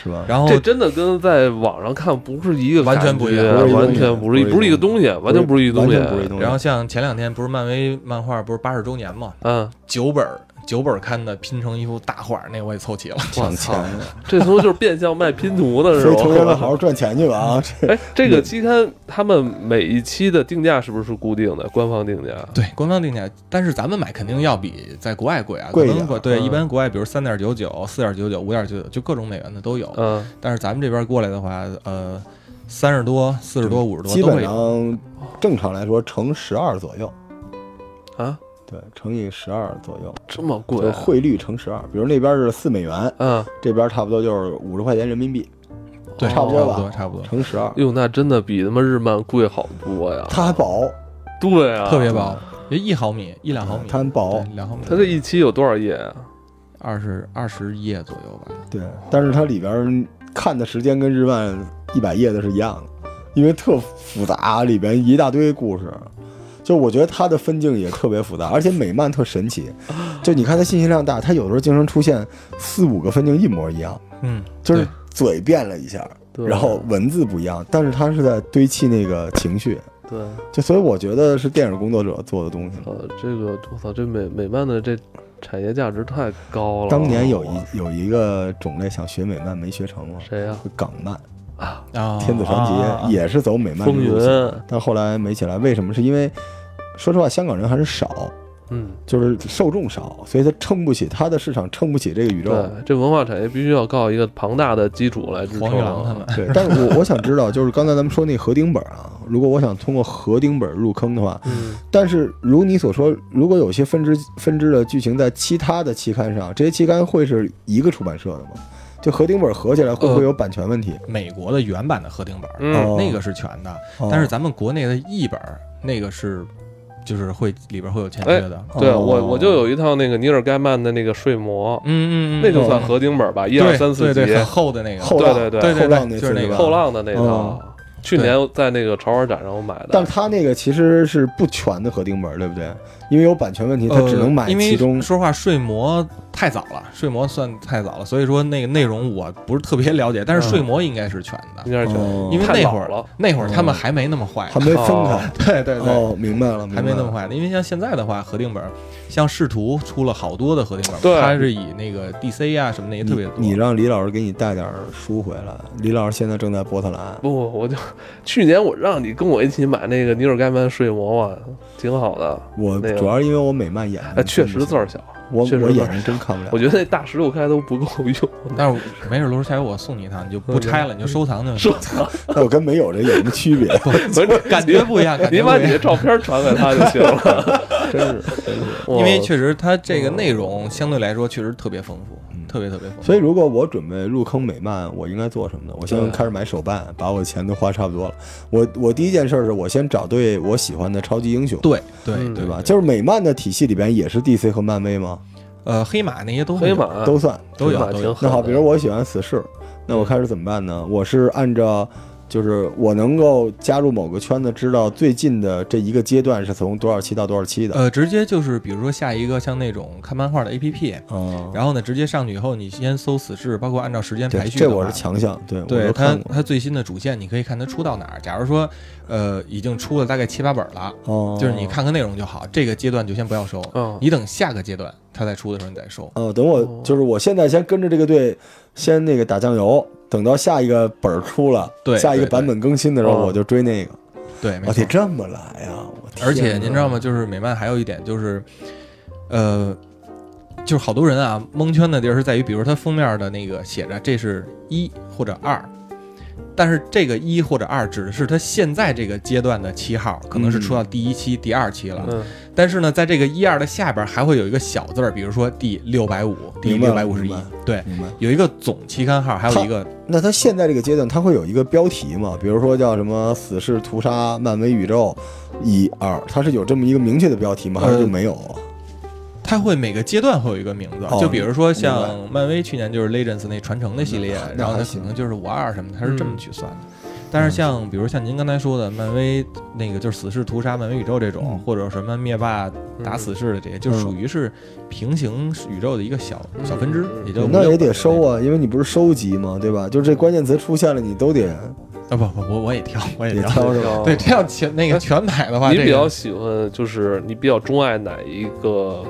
S1: 是吧？
S3: 然 后
S2: 这真的跟在网上看不是一个
S3: 完
S2: 感
S3: 全不一
S2: 觉啊
S3: 样
S2: 完全不是一
S1: 不
S2: 不
S1: 是
S2: 是
S1: 一
S2: 一
S1: 个
S2: 个东西，啊完全不是一个
S1: 完
S2: 东西
S1: 全，不是一东西。
S3: 然后像前两天不是漫威漫画不是八十周年嘛，
S2: 嗯，
S3: 九本儿九本儿刊的拼成一幅大画，那我也凑齐了。
S1: 抢钱，
S2: 这他妈就是变相卖拼图的是
S1: 所以同学们好
S2: 吧？
S1: 好赚钱去吧啊！这
S2: 哎，这个期刊他们每一期的定价是不是固定的？官方定价？
S3: 对，官方定价，但是咱们买肯定要比在国外贵啊，
S1: 贵一
S3: 可能
S1: 点
S3: 国对，
S2: 嗯
S3: 一般国外比如三点九九、四点九九、五点九九，就各种美元的都有。
S2: 嗯，
S3: 但是咱们这边过来的话，呃，三十多、四十多、五十多
S1: 嗯基
S3: 都
S1: 本
S3: 会有。
S1: 上正常来说乘十二左右，
S2: 啊，
S1: 对，乘以十二左右，
S2: 这么贵
S1: 就
S2: 啊？
S1: 汇率乘十二。比如那边是四美元，
S2: 嗯，
S1: 这边差不多就是五十块钱人民币，
S3: 对，
S1: 差不
S3: 多
S1: 多吧
S3: 差不多，差不多。
S1: 乘十二，
S2: 哟，那真的比他妈日漫贵好多呀！
S1: 它还薄，
S2: 对啊，
S3: 特别薄，也一毫米、一两毫米，
S1: 嗯它很薄
S3: 对，两毫米。
S2: 它这一期有多少页啊？
S3: 二十二十页左右吧。
S1: 对，但是它里边看的时间跟日漫一百页的是一样的，因为特复杂，里边一大堆故事。就我觉得它的分镜也特别复杂，而且美漫特神 奇。就你看它信息量大，它有的时候经常出现四五个分镜一模一样，
S3: 嗯，
S1: 就是嘴变了一下，
S2: 对啊
S1: 然后文字不一样，但是它是在堆砌那个情绪。
S2: 对，
S1: 就所以我觉得是电影工作者做的东西。
S2: 呃，这个我操，这美美漫的这产业价值太高了。啊
S1: 当年有一有一个种类想学美漫没学成嘛，
S2: 哦谁呀、
S1: 港漫
S2: 啊？
S3: 啊，
S1: 《天子传奇
S3: 啊啊》啊
S1: 也是走美漫
S2: 风
S1: 的
S2: 云，
S1: 路线但后来没起来，为什么？是因为说实话，香港人还是少，
S2: 嗯，
S1: 就是受众少，所以他撑不起他的市场，撑不起这个宇宙。
S2: 对，这文化产业必须要靠一个庞大的基础来支撑。啊
S3: 黄玉郎他们，
S1: 对，但是我我想知道，就是刚才咱们说那合订本啊，如果我想通过合订本入坑的话，
S2: 嗯，
S1: 但是如你所说，如果有些分支分支的剧情在其他的期刊上，这些期刊会是一个出版社的吗？就合订本合起来会不会有版权问题？
S3: 美国的原版的合订本儿，
S2: 嗯
S3: 那个是全的，
S1: 哦
S3: 但是咱们国内的译本儿那个是，就是会里边会有欠缺的。
S2: 对
S1: 哦
S2: 我我就有一套那个尼尔盖曼的那个睡魔，
S3: 嗯嗯嗯，
S2: 那就算合订本吧，一
S3: 对
S2: 二三四
S3: 对
S2: 集
S3: 对，，很厚的那个，
S1: 哦后浪
S2: 对对
S3: 对
S1: 后
S3: 对
S1: 浪那
S3: 对，
S1: 次
S3: 就是那
S1: 是吧
S3: 个
S2: 后浪的那套
S1: 哦。
S2: 去年在那个潮玩展上我买的，
S1: 但是他那个其实是不全的合订本，对不对？因为有版权问题，他只能买
S3: 呃因为
S1: 其中。
S3: 说实话，睡魔太早了，睡魔算太早了，所以说那个内容我不是特别了解，但
S2: 嗯
S3: 是睡魔应该是全的，
S2: 应该是全
S1: 哦
S3: 因为
S2: 太
S3: 那
S2: 老
S3: 会儿
S2: 了
S3: 那会儿他们还没那么坏，
S1: 还没分开。
S3: 对对对，
S1: 哦，明白了，明白
S3: 还
S1: 了
S3: 没那么坏的。因为像现在的话，合订本儿，像仕途出了好多的合订本儿，
S2: 对
S3: 它是以那个 DC 啊什么那些特别多。
S1: 你你让李老师给你带点书回来。李老师现在正在波特兰，
S2: 不，我就 去年我让你跟我一起买那个尼尔盖曼睡魔嘛，挺好的。
S1: 我
S2: 那个
S1: 主要是因为我美漫眼睛
S2: 啊哎，确
S1: 真不
S2: 实
S1: 行
S2: 字儿小，
S1: 我
S2: 确实
S1: 我
S2: 字儿
S1: 眼睛真看不
S3: 嗯
S1: 了
S2: 我。觉得那大十六开都不够用。
S3: 但是没事，罗叔下回我送你一趟，你就不拆了，你就收藏就行。
S2: 收藏，
S1: 那我跟没有这有什么区别？
S2: 反正
S3: 感觉不一样，感
S2: 你
S3: 觉
S2: 把
S3: 不一
S2: 你
S3: 样
S2: 的。照片传给他就行了。
S1: 真是真是。
S3: 因为
S2: 哇
S3: 确实它这个内容相对来说确实特别丰富，特别特别丰富。
S1: 所以，如果我准备入坑美漫，我应该做什么呢？我先开始买手办，把我钱都花差不多了。我我第一件事儿是我先找对我喜欢的超级英雄，
S3: 对对
S2: 嗯
S1: 对
S3: 对
S1: 吧？？就是美漫的体系里边也是 DC 和漫威吗？
S3: 呃，黑马那些都会
S2: 黑
S3: 有
S2: 马啊
S1: 都算。
S3: 呃都
S2: 黑
S3: 有
S2: 马
S3: 都
S2: 挺
S3: 有。嗯
S2: 狠的。
S1: 那好，比如我喜欢死侍，那我开始怎么办呢？我是按照就是我能够加入某个圈子，知道最近的这一个阶段是从多少期到多少期的。
S3: 呃，直接就是比如说下一个像那种看漫画的 APP，
S1: 嗯，
S3: 然后呢直接上去以后，你先搜死侍，包括按照时间
S1: 对，
S3: 排序
S1: 这
S3: 的
S1: 我
S3: 话
S1: 是强项，对我
S3: 对
S1: 都
S3: 它
S1: 看过。
S3: 它最新的主线，你可以看它出到哪儿。假如说，呃，已经出了大概七八本了，
S1: 哦，
S3: 就是你看看内容就好，这个阶段就先不要收，
S2: 嗯，
S3: 你等下个阶段它再出的时候你再收。
S1: 哦，等我就是我现在先跟着这个队，先那个打酱油，等到下一个本儿出了，
S3: 对
S1: 下一个
S3: 对
S1: 版本更新的时
S2: 哦
S1: 候我就追那个。
S3: 对，没
S1: 我
S3: 错
S1: 得。这么来呀！我天
S3: 而且您
S1: 哪
S3: 知道吗？就是美漫还有一点就是，呃，就是好多人啊蒙圈的地儿是在于，比如它封面的那个写着这是一或者二，但是这个一或者二指的是它现在这个阶段的七号，可能是
S1: 嗯
S3: 出到第一期、第二期了。
S2: 嗯，
S3: 但是呢，在这个一二的下边还会有一个小字儿，比如说第六百五、第
S1: 明白了
S3: 六百五十
S1: 明
S3: 一
S1: 白了，
S3: 对，
S1: 明白？
S3: 有一个总期刊号，还有一个
S1: 那他现在这个阶段，他会有一个标题嘛？比如说叫什么“死侍屠杀漫威宇宙”一二，他是有这么一个明确的标
S3: 嗯
S1: 题吗？还是就没有？
S3: 它会每个阶段会有一个名字，
S1: 哦
S3: 就比如说
S1: 明
S3: 像漫威去年就是 Legends 那传承的系列，
S1: 那
S3: 然后
S1: 还
S3: 它可
S1: 行
S3: 能就是五二什么的，它是这么
S2: 嗯
S3: 去算的。但是像比如像您刚才说的，漫威那个就是死侍屠杀漫威宇宙这种，
S1: 嗯
S3: 或者什么灭霸打死侍的这些，就
S1: 嗯
S3: 属于是平行宇宙的一个小
S2: 嗯
S3: 小分支
S2: 嗯，嗯
S3: 也就
S1: 那也得收
S3: 收
S1: 啊，因为你不是收集嘛，对吧？就是这关键词出现了，你都得
S3: 啊！不不，我我也挑，我也
S1: 也
S3: 挑。
S1: 挑是吧？
S2: 吧
S3: 对，这要全那个全买的话，
S2: 哦你
S3: 这
S2: 比较
S3: 个
S2: 喜欢，就是你比较钟爱哪一个？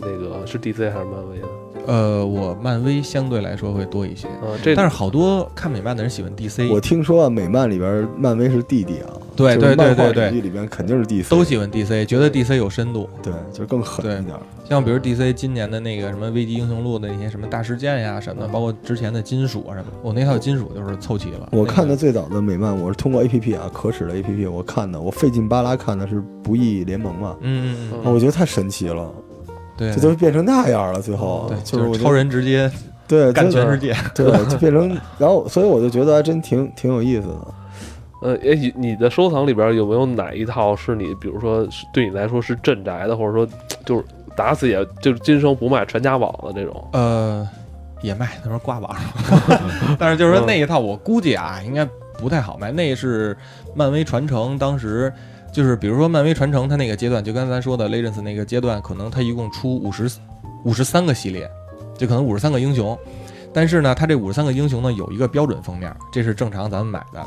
S2: 那个是 DC 还是漫威的？
S3: 呃，我漫威相对来说会多一些，
S2: 啊，这
S3: 但是好多看美漫的人喜欢 DC，
S1: 我听说啊，美漫里边漫威是弟弟啊，
S3: 对
S1: 就是
S3: 对对
S1: 漫画
S3: 对对
S1: 领域里边肯定是 DC，
S3: 都喜欢 DC，觉得 DC 有深度。
S1: 对，就是更狠一点儿。
S3: 像比如 DC 今年的那个什么《危机英雄录》的那些什么大事件呀什么的，包括之前的金属啊什么的，我那套金属就是凑齐了。
S1: 我看
S3: 那
S1: 的
S3: 个
S1: 最早的美漫，我是通过 A P P 啊，可耻的 A P P，我看的，我费劲巴拉看的是《不义联盟》嘛，
S3: 嗯，嗯
S1: 啊我觉得太神奇了，
S3: 嗯，对，
S1: 这都变成那样了，最后
S3: 对，
S1: 就是
S3: 就
S1: 我
S3: 是
S1: 觉
S3: 超
S1: 得
S3: 人直接
S1: 对
S3: 干
S1: 就
S3: 全世界。
S1: 对，就变成，然后所以我就觉得还真挺挺有意思的。
S2: 呃，哎，你你的收藏里边有没有哪一套是你，比如说是对你来说是镇宅的，或者说就是打死也就是今生不卖传家宝的这种。
S3: 呃，也卖，那时候挂网上， 但是就是说那一套，我估计啊，应该不太好卖。那是漫威传承，当时就是比如说漫威传承，它那个阶段，就跟咱说的 Legends 那个阶段，可能它一共出五十五十三个系列，就可能五十三个英雄。但是呢，它这五十三个英雄呢，有一个标准封面，这是正常咱们买的，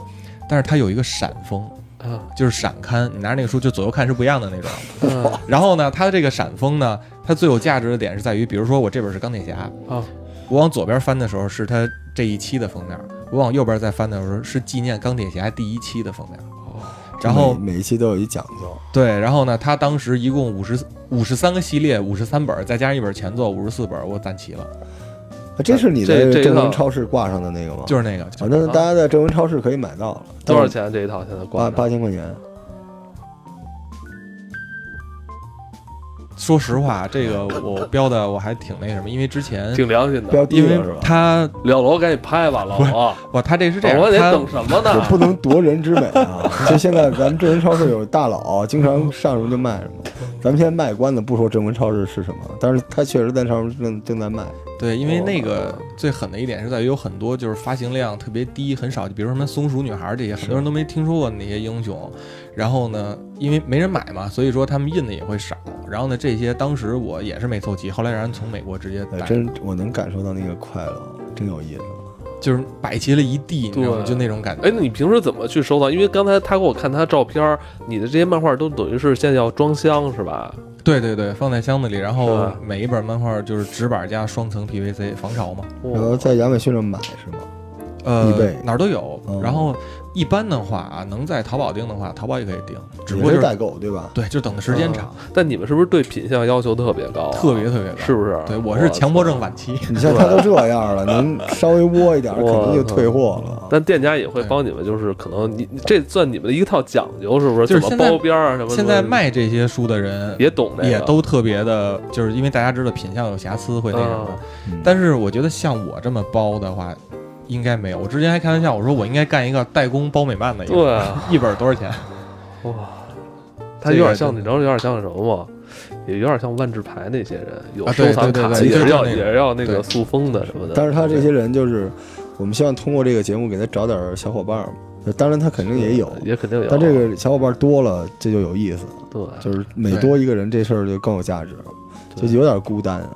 S3: 但是它有一个闪封，
S2: 啊，
S3: 就是闪刊，你拿着那个书就左右看是不一样的那种。
S2: 嗯
S3: 然后呢，它这个闪封呢，它最有价值的点是在于，比如说我这本是钢铁侠，
S1: 哦
S2: 啊，
S3: 我往左边翻的时候是它这一期的封面，我往右边再翻的时候是纪念钢铁侠第一期的封面。然后
S1: 每每哦一期都有一讲究，
S3: 对，然后呢，它当时一共五十五十三个系列，五十三本，再加上一本前作，五十四本，我攒齐了，
S1: 啊这是你在
S2: 这这一
S1: 正
S2: 套
S1: 文超市挂上的那个吗？
S3: 就是那个，
S1: 反正大家在正文超市可以买到了，
S2: 多少？钱啊这一套现在挂
S1: 八
S2: 着？
S1: 八千块钱。
S3: 说实话，这个我标的我还挺那什么，因为之前
S2: 挺良心的。
S1: 标低
S3: 因为
S1: 了是吧？
S3: 它
S2: 老罗赶紧拍吧，老罗，
S3: 哇，它这是这
S2: 老
S3: 样，
S2: 罗得
S3: 它
S2: 等什么
S1: 哦我
S2: 呢？
S1: 不能夺人之美啊！就现在咱们正文超市有大佬，啊经常上什么就卖什么。咱们先卖关子，不说正文超市是什么，但是它确实在上面正正在卖。哎
S3: 对，因为那个最狠的一点是在于有很多就是发行量特别低，很少，就比如什么松鼠女孩这些，很多人都没听说过那些英雄。然后呢，因为没人买嘛，所以说他们印的也会少。然后呢，这些当时我也是没凑齐，后来让人从美国直接
S1: 哎，
S3: 带，
S1: 真我能感受到那个快乐，真有意思。
S3: 就是摆齐了一地，你知道吗？
S2: 对
S3: 就那种感觉。
S2: 哎，那你平时怎么去收藏？因为刚才他给我看他照片儿，你的这些漫画都等于是现在要装箱是吧？
S3: 对对对，放在箱子里，然
S2: 是
S3: 后
S2: 吧
S3: 每一本漫画就是纸板加双层 PVC 防潮嘛。
S2: 哇
S1: 然后在亚马逊上买是吗？易
S3: 呃
S1: 贝，
S3: 哪儿都有
S1: 哦。
S3: 然后一般的话啊，能在淘宝订的话，淘宝也可以订，只
S1: 也
S3: 不过就是是
S1: 代购对吧？
S3: 对，就等的时间
S2: 嗯
S3: 长，
S2: 但你们是不是对品相要求特别高啊、
S3: 特别特别高。
S2: 是不是？
S3: 对，我是强迫症晚期。
S1: 你像他都这样了，您稍微窝一点，肯
S2: 我
S1: 定
S2: 嗯
S1: 就退货了。
S2: 但店家也会帮你们，就是可能你你这算你们的一套讲究，是不是？
S3: 就
S2: 怎
S3: 是
S2: 么
S3: 现在
S2: 包边儿啊什么的？
S3: 现在卖这些书的人
S2: 也懂这个，
S3: 也都特别的，就是因为大家知道品相有瑕疵会那什么
S2: 嗯。
S1: 嗯
S3: 但是我觉得像我这么包的话，应该没有。我之前还开玩笑，我说我应该干一个代工包美漫的，
S2: 对， 啊，
S3: 一本多少钱？
S2: 哇，他
S3: 这
S2: 有
S3: 个
S2: 点像，你
S3: 真
S2: 知道有点像什么吗？也有点像万智牌那些人，有
S3: 啊
S2: 收
S3: 对
S2: 藏
S3: 对
S2: 卡
S3: 对
S2: 的，
S3: 对
S2: 也是
S3: 就是
S2: 要
S3: 那
S2: 也
S3: 种
S2: 是要那个
S3: 对
S2: 塑封的什么的。
S1: 但是他这些人就是，我们希望通过这个节目给他找点儿小伙伴儿嘛。呃当然他肯定也有，
S2: 也肯定有。
S1: 但这个小伙伴儿多了，这就有意思了。
S2: 对，
S1: 就是每多一个人，这事儿就更有价值了，就
S2: 对
S1: 有点孤单啊。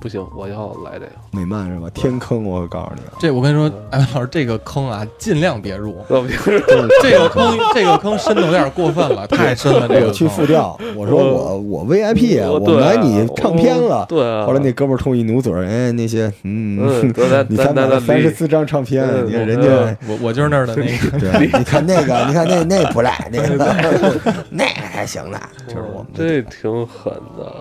S2: 不行，我要来这个。
S1: 美漫是吧？天坑，我告诉你啊，
S3: 这我跟你说，哎，老师这个坑啊，尽量别入。
S2: 要不就是
S3: 这个坑，这个坑深的有点过分了，太深了。这
S1: 我
S3: 个
S1: 去复
S3: 坑，
S1: 调，我说我我 VIP，啊我
S2: 对啊
S1: 买你唱片
S2: 我
S1: 了。
S2: 对啊，
S1: 后来那哥们儿冲一努嘴儿，哎，那些
S2: 嗯
S1: 嗯，
S2: 得咱
S1: 你
S2: 咱
S1: 才买
S2: 咱
S1: 了
S2: 咱
S1: 三
S2: 理
S1: 十四张唱片，
S2: 嗯
S1: 你看人
S2: 嗯
S1: 家。
S3: 我我就是那儿的那 个，
S1: 对，你看那个，你看那那不赖，那个 那还行呢。就是我们
S2: 这挺狠的，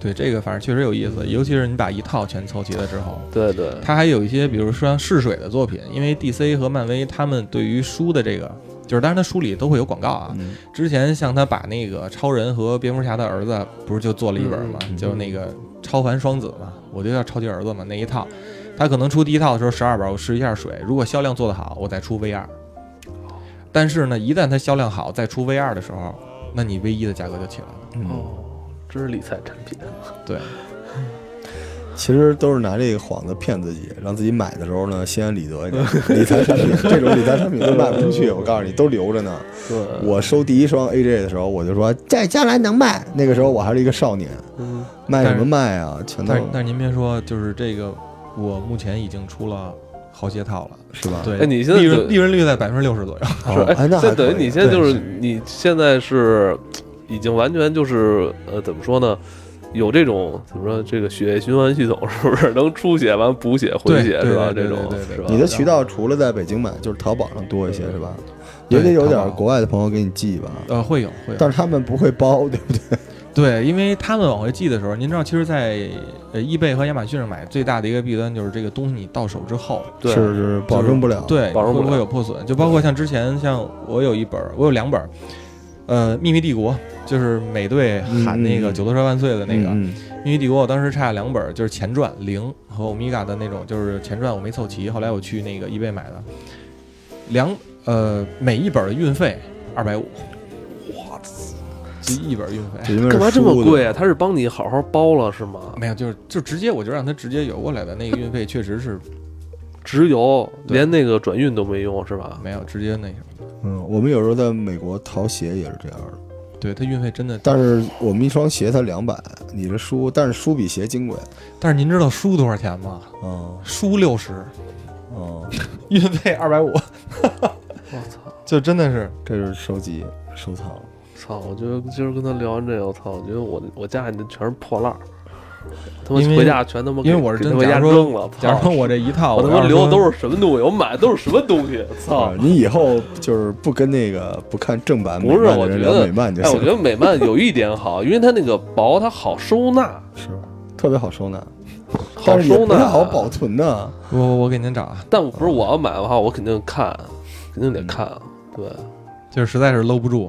S3: 对这个反正确实有意思，尤其是你把一套全凑齐了之后，
S2: 对对，
S3: 它还有一些，比如说像试水的作品，因为 DC 和漫威他们对于书的这个，就是当然它书里都会有广告啊。
S1: 嗯
S3: 之前像他把那个超人和蝙蝠侠的儿子不是就做了一本嘛，
S1: 嗯
S3: 就是那个超凡双子嘛，我就叫超级儿子嘛那一套。他可能出第一套的时候十二本，我试一下水，如果销量做得好，我再出 V 二。但是呢，一旦它销量好，再出 V 二的时候，那你 V 一的价格就起来了。
S1: 嗯，
S2: 哦，这是理财产品，
S3: 对，
S1: 其实都是拿这个幌子骗自己，让自己买的时候呢心安理 得一点。理财产品这种理财产品都卖不出去，我告诉你，都留着呢。
S2: 对，
S1: 我收第一双 AJ 的时候，我就说这将来能卖。那个时候我还是一个少年，
S2: 嗯
S1: 卖什么卖啊？全都
S3: 但是但是您别说，就是这个，我目前已经出了好些套了。
S1: 是吧？
S3: 对，
S2: 哎你现在
S3: 利
S2: 就
S3: 润利润率在百分之六十左右。
S1: 哦，
S2: 是哎，
S1: 哎，那还
S2: 这等于
S1: 可以
S2: 你现在就
S3: 啊对
S2: 是
S3: 是
S2: 你现在是呃已经完全就是呃怎么说呢？有这种怎么说？这个血液循环系统是不是 能出血完补血回
S3: 对
S2: 血
S3: 对
S2: 是吧？
S3: 对
S2: 这
S3: 对
S2: 种
S3: 对对
S2: 是吧？
S1: 你的渠道除了在北京买，就是淘宝上多一些是吧？也得
S3: 对
S1: 有
S3: 淘
S1: 点
S3: 宝
S1: 国外的朋友给你寄吧，
S3: 呃，会有会有。
S1: 但是他们不会包，对不对？
S3: 对，因为他们往回寄的时候，您知道，其实在，呃易贝和亚马逊上买最大的一个弊端就是这个东西你到手之后，
S2: 对
S1: 是是保证不了。，
S3: 对，
S2: 啊保证不
S3: 会
S2: 了
S3: 不会有破损？就包括像之前，像我有一本儿，我有两本儿，呃，《秘密帝国》就是美队喊那
S1: 嗯
S3: 个“
S1: 嗯嗯
S3: 九头蛇万岁”的那个，
S1: 嗯
S3: 秘密帝国》我当时差两本儿，就是前传零和欧米伽的那种，就是前传我没凑齐，后来我去那个 eBay 买的，两呃每一本儿的运费二百五，就一本运费。
S1: 这应该是
S2: 哎干嘛这么
S1: 输的
S2: 贵啊？他是帮你好好包了是吗？
S3: 没有，就是就直接我就让他直接邮过来的那个运费确实是
S2: 直邮
S3: 对
S2: 连那个转运都没用是吧？
S3: 没有直接那什么，
S1: 嗯，我们有时候在美国淘鞋也是这样的，
S3: 对他运费真的。
S1: 但是我们一双鞋才两百，你这书，但是书比鞋金贵。
S3: 但是您知道书多少钱吗？
S1: 哦
S3: 书六十，
S1: 哦，
S3: 运费二百五，
S2: 我操！
S3: 就真的是
S1: 这是收集收藏。
S2: 操！我觉得今儿跟他聊完这个，我操！我觉得我我家里那全是破烂儿，他妈
S3: 因为
S2: 回家全他妈给
S3: 因为我是
S2: 给
S3: 真
S2: 他妈
S3: 假
S2: 家
S3: 如
S2: 扔了，
S3: 说，假如
S2: 操
S3: 说我这一套，
S2: 我他
S3: 要
S2: 妈
S3: 是
S2: 留的
S3: 说
S2: 都是什么东西？我买的都是什么东西？操！
S1: 啊你以后就是不跟那个不看正版美
S2: 哦不是，
S1: 漫的
S2: 我
S1: 人
S2: 觉
S1: 聊
S2: 得
S1: 美漫就
S2: 哎，我
S1: 行
S2: 觉得美漫有一点好，因为它那个薄，它好收纳，
S1: 是特别好收纳，
S2: 好
S1: 但是也
S2: 收
S1: 不太
S2: 纳，啊
S1: 好保。存呢。
S3: 我我我给您找啊，
S2: 但我不是我要买的话，我肯定看，肯定得
S1: 嗯
S2: 看，对
S3: 就是实在是搂不住。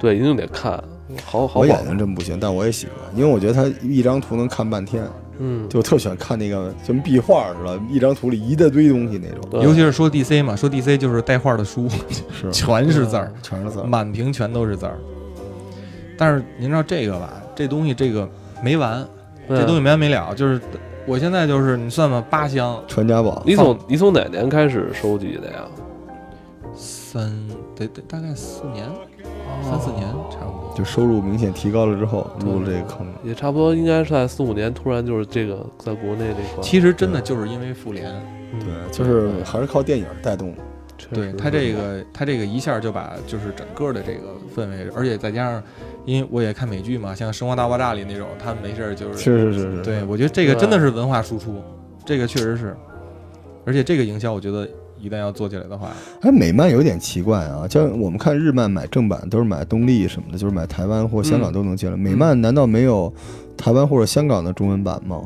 S2: 对，一定得看，好好
S1: 我
S2: 保
S1: 眼。睛真不行，但我也喜欢，因为我觉得它一张图能看半天，
S2: 嗯，
S1: 就我特喜欢看那个什么壁画似的，一张图里一大堆东西那种。
S2: 对
S3: 尤其是说 DC 嘛，说 DC 就是带画的书，
S1: 是 嗯
S3: 全是字儿，
S1: 全是字儿。
S3: 满屏全都是字儿。但是您知道这个吧？这东西这个没完，
S2: 对
S3: 这东西没完没了。就是我现在就是你算算八箱，
S1: 传家宝，
S2: 你从你从哪年开始收集的呀？
S3: 三得得大概四年，三四
S2: 哦
S3: 年差不多。
S1: 就收入明显提高了之后入了这个坑。
S2: 也差不多，应该是在四五年，突然就是这个在国内这块，嗯
S3: 其实真的就是因为复联，
S1: 对，就是还是靠电影带动的。
S2: 确实
S3: 对他这个他这个一下就把就是整个的这个氛围，而且再加上，因为我也看美剧嘛，像《生活大爆炸》里那种，他没事儿就是
S1: 是是是是，
S3: 对，我觉得这个真的是文化输出，这个确实是，而且这个营销，我觉得一旦要做起来的话，
S1: 哎，美漫有点奇怪啊，像我们看日漫买正版都是买东立什么的，就是买台湾或香港都能进来。美漫难道没有台湾或者香港的中文版吗？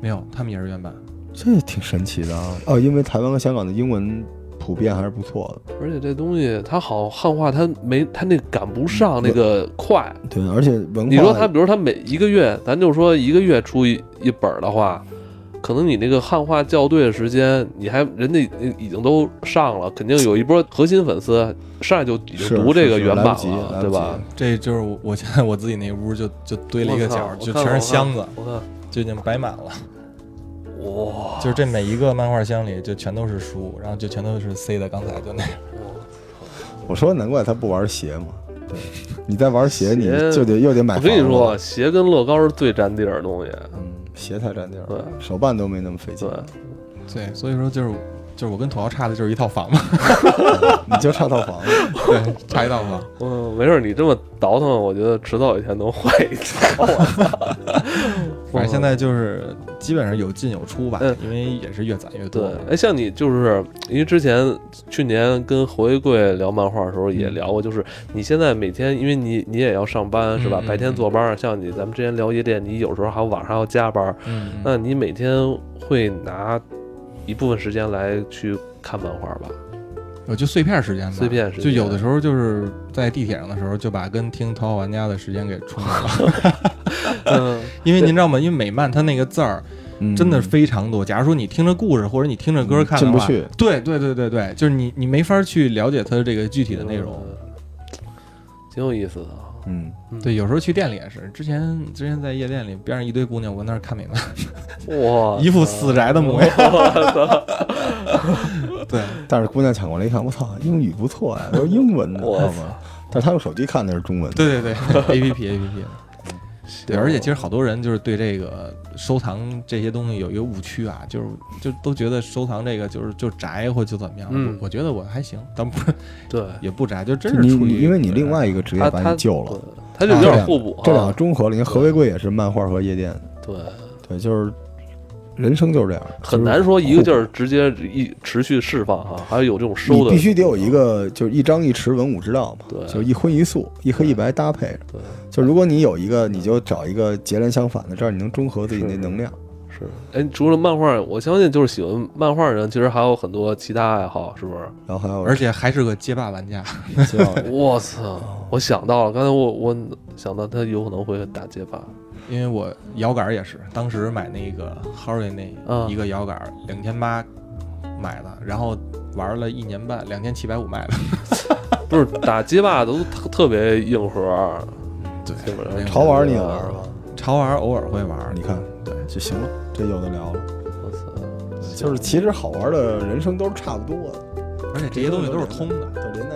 S3: 没有，他们也是原版，
S1: 这也挺神奇的啊！哦，因为台湾和香港的英文普遍还是不错的，
S2: 而且这东西它好汉化，它没它那赶不
S1: 嗯
S2: 上那个快。
S1: 对，而且文化
S2: 你说他，比如他每一个月，咱就说一个月出一一本儿的话，可能你那个汉化校对的时间，你还人家已经都上了，肯定有一波核心粉丝上来就已经
S1: 是
S2: 读这
S1: 是
S2: 个
S1: 是
S2: 原版
S1: 来不及
S2: 了，
S1: 来
S2: 对
S1: 不及
S2: 吧？
S3: 这就是我我现在我自己那屋就就堆了一个角儿，
S2: 我
S3: 就
S2: 操
S3: 全是箱子，
S2: 我看
S3: 就已经摆满了，
S2: 哇，
S3: 就是这每一个漫画箱里就全都是书，然后就全都是塞的刚才就那样，
S1: 我说难怪他不玩鞋嘛。对，你再玩鞋，你
S2: 鞋
S1: 就得又得买。
S2: 我跟你说，，鞋跟乐高是最占地儿的东西。
S1: 嗯，鞋太占地儿，
S2: 对
S1: 手办都没那么费劲
S2: 对，，
S3: 对，所以说就是就是我跟土豪差的就是一套房 嘛，
S1: 你就差套 房子。
S3: 对，差一套房，
S2: 嗯，没事儿，你这么倒腾，我觉得迟早有一天能 换一套。
S3: 反正现在就是基本上有进有出吧
S2: 嗯，
S3: 因为也是越攒越
S2: 对
S3: 多，，
S2: 哎，像你就是因为之前去年跟侯一贵聊漫画的时候也
S3: 嗯
S2: 聊过，就是你现在每天，因为你你也要上班是吧？
S3: 嗯嗯
S2: 白天坐班儿，像你咱们之前聊夜店，你有时候还有晚上还要加班儿，
S3: 嗯，嗯
S2: 那你每天会拿一部分时间来去看漫画 吧？
S3: 我呃就碎片时间吧，
S2: 碎片时间
S3: 就有的时候就是在地铁上的时候，就把跟听《逃跑玩家》的时间给 冲了。
S2: 嗯，
S3: 因为您知道吗？因为美漫它那个字儿
S1: 嗯
S3: 真的非常多。假如说你听着故事或者你听着歌看的
S1: 进不
S3: 话，
S1: 去，
S3: 对对对对对，就是你你没法去了解它的这个 具体的内
S2: 嗯
S3: 容。
S2: 挺有意思的啊。
S1: 嗯，
S3: 对，有时候去店里也是，之前之前在夜店里边上一堆姑娘，我跟那儿看美漫，
S2: 哇，
S3: 一副死宅的模样。对，
S1: 但是姑娘抢过来一看，我操，英语不错 呀、都是英文的，知
S2: 我
S1: 道吗？但是她用手机看的是中文的，
S3: 对对对，A P P A P P。对，
S2: 行
S3: 而且其实好多人就是对这个收藏这些东西有一个误区啊，就是就都觉得收藏这个就是就宅或就怎么样。
S2: 嗯
S3: 我我觉得我还行，但不是
S2: 对，
S3: 也不宅，就真
S1: 你
S3: 是处于
S1: 你因为你另外一个职
S2: 他
S1: 业把
S2: 他
S1: 你救了，，
S2: 对他就有
S1: 这
S2: 点
S1: 两
S2: 互补啊。
S1: 这两个中和了。你看何为贵也是漫画和夜店，
S2: 对。
S1: 对，就是人生就是这样，
S2: 很
S1: 就是
S2: 难说一个劲儿
S1: 互
S2: 直接一持续释放哈、还有这种
S1: 补。
S2: 收
S1: 你
S2: 的，
S1: 必须得有一个，就是一张一弛文武之道嘛，
S2: 对
S1: 就是一荤一素，一黑一白搭配着。
S2: 对，
S1: 就如果你有一个，你就找一个截然相反的，这样你能中和自己那
S2: 是
S1: 能量。
S2: 是。哎，除了漫画，我相信就是喜欢漫画的人，其实还有很多其他爱好，是不是？
S1: 然后还有
S3: 而且还是个街霸玩家。
S1: 希 望
S2: 我操！
S1: 哦
S2: 我想到了，刚才我我想到他有可能会打街霸，
S3: 因为我摇杆也是，当时买那个 Harry 那
S2: 嗯
S3: 一个摇杆两千八买的，然后玩了一年半，两千七百五卖的。
S2: 不是打街霸都特特别硬核，
S3: 对，
S2: 基本上
S3: 没有
S1: 潮玩你也玩吧？
S3: 潮玩偶尔会玩
S1: 你，看
S3: 对，
S1: 就行了，这有的聊了。
S2: 啊我操，
S1: 就是其实好玩的人生都是差不多的，
S3: 而且这些东西都是通的。
S1: 都连带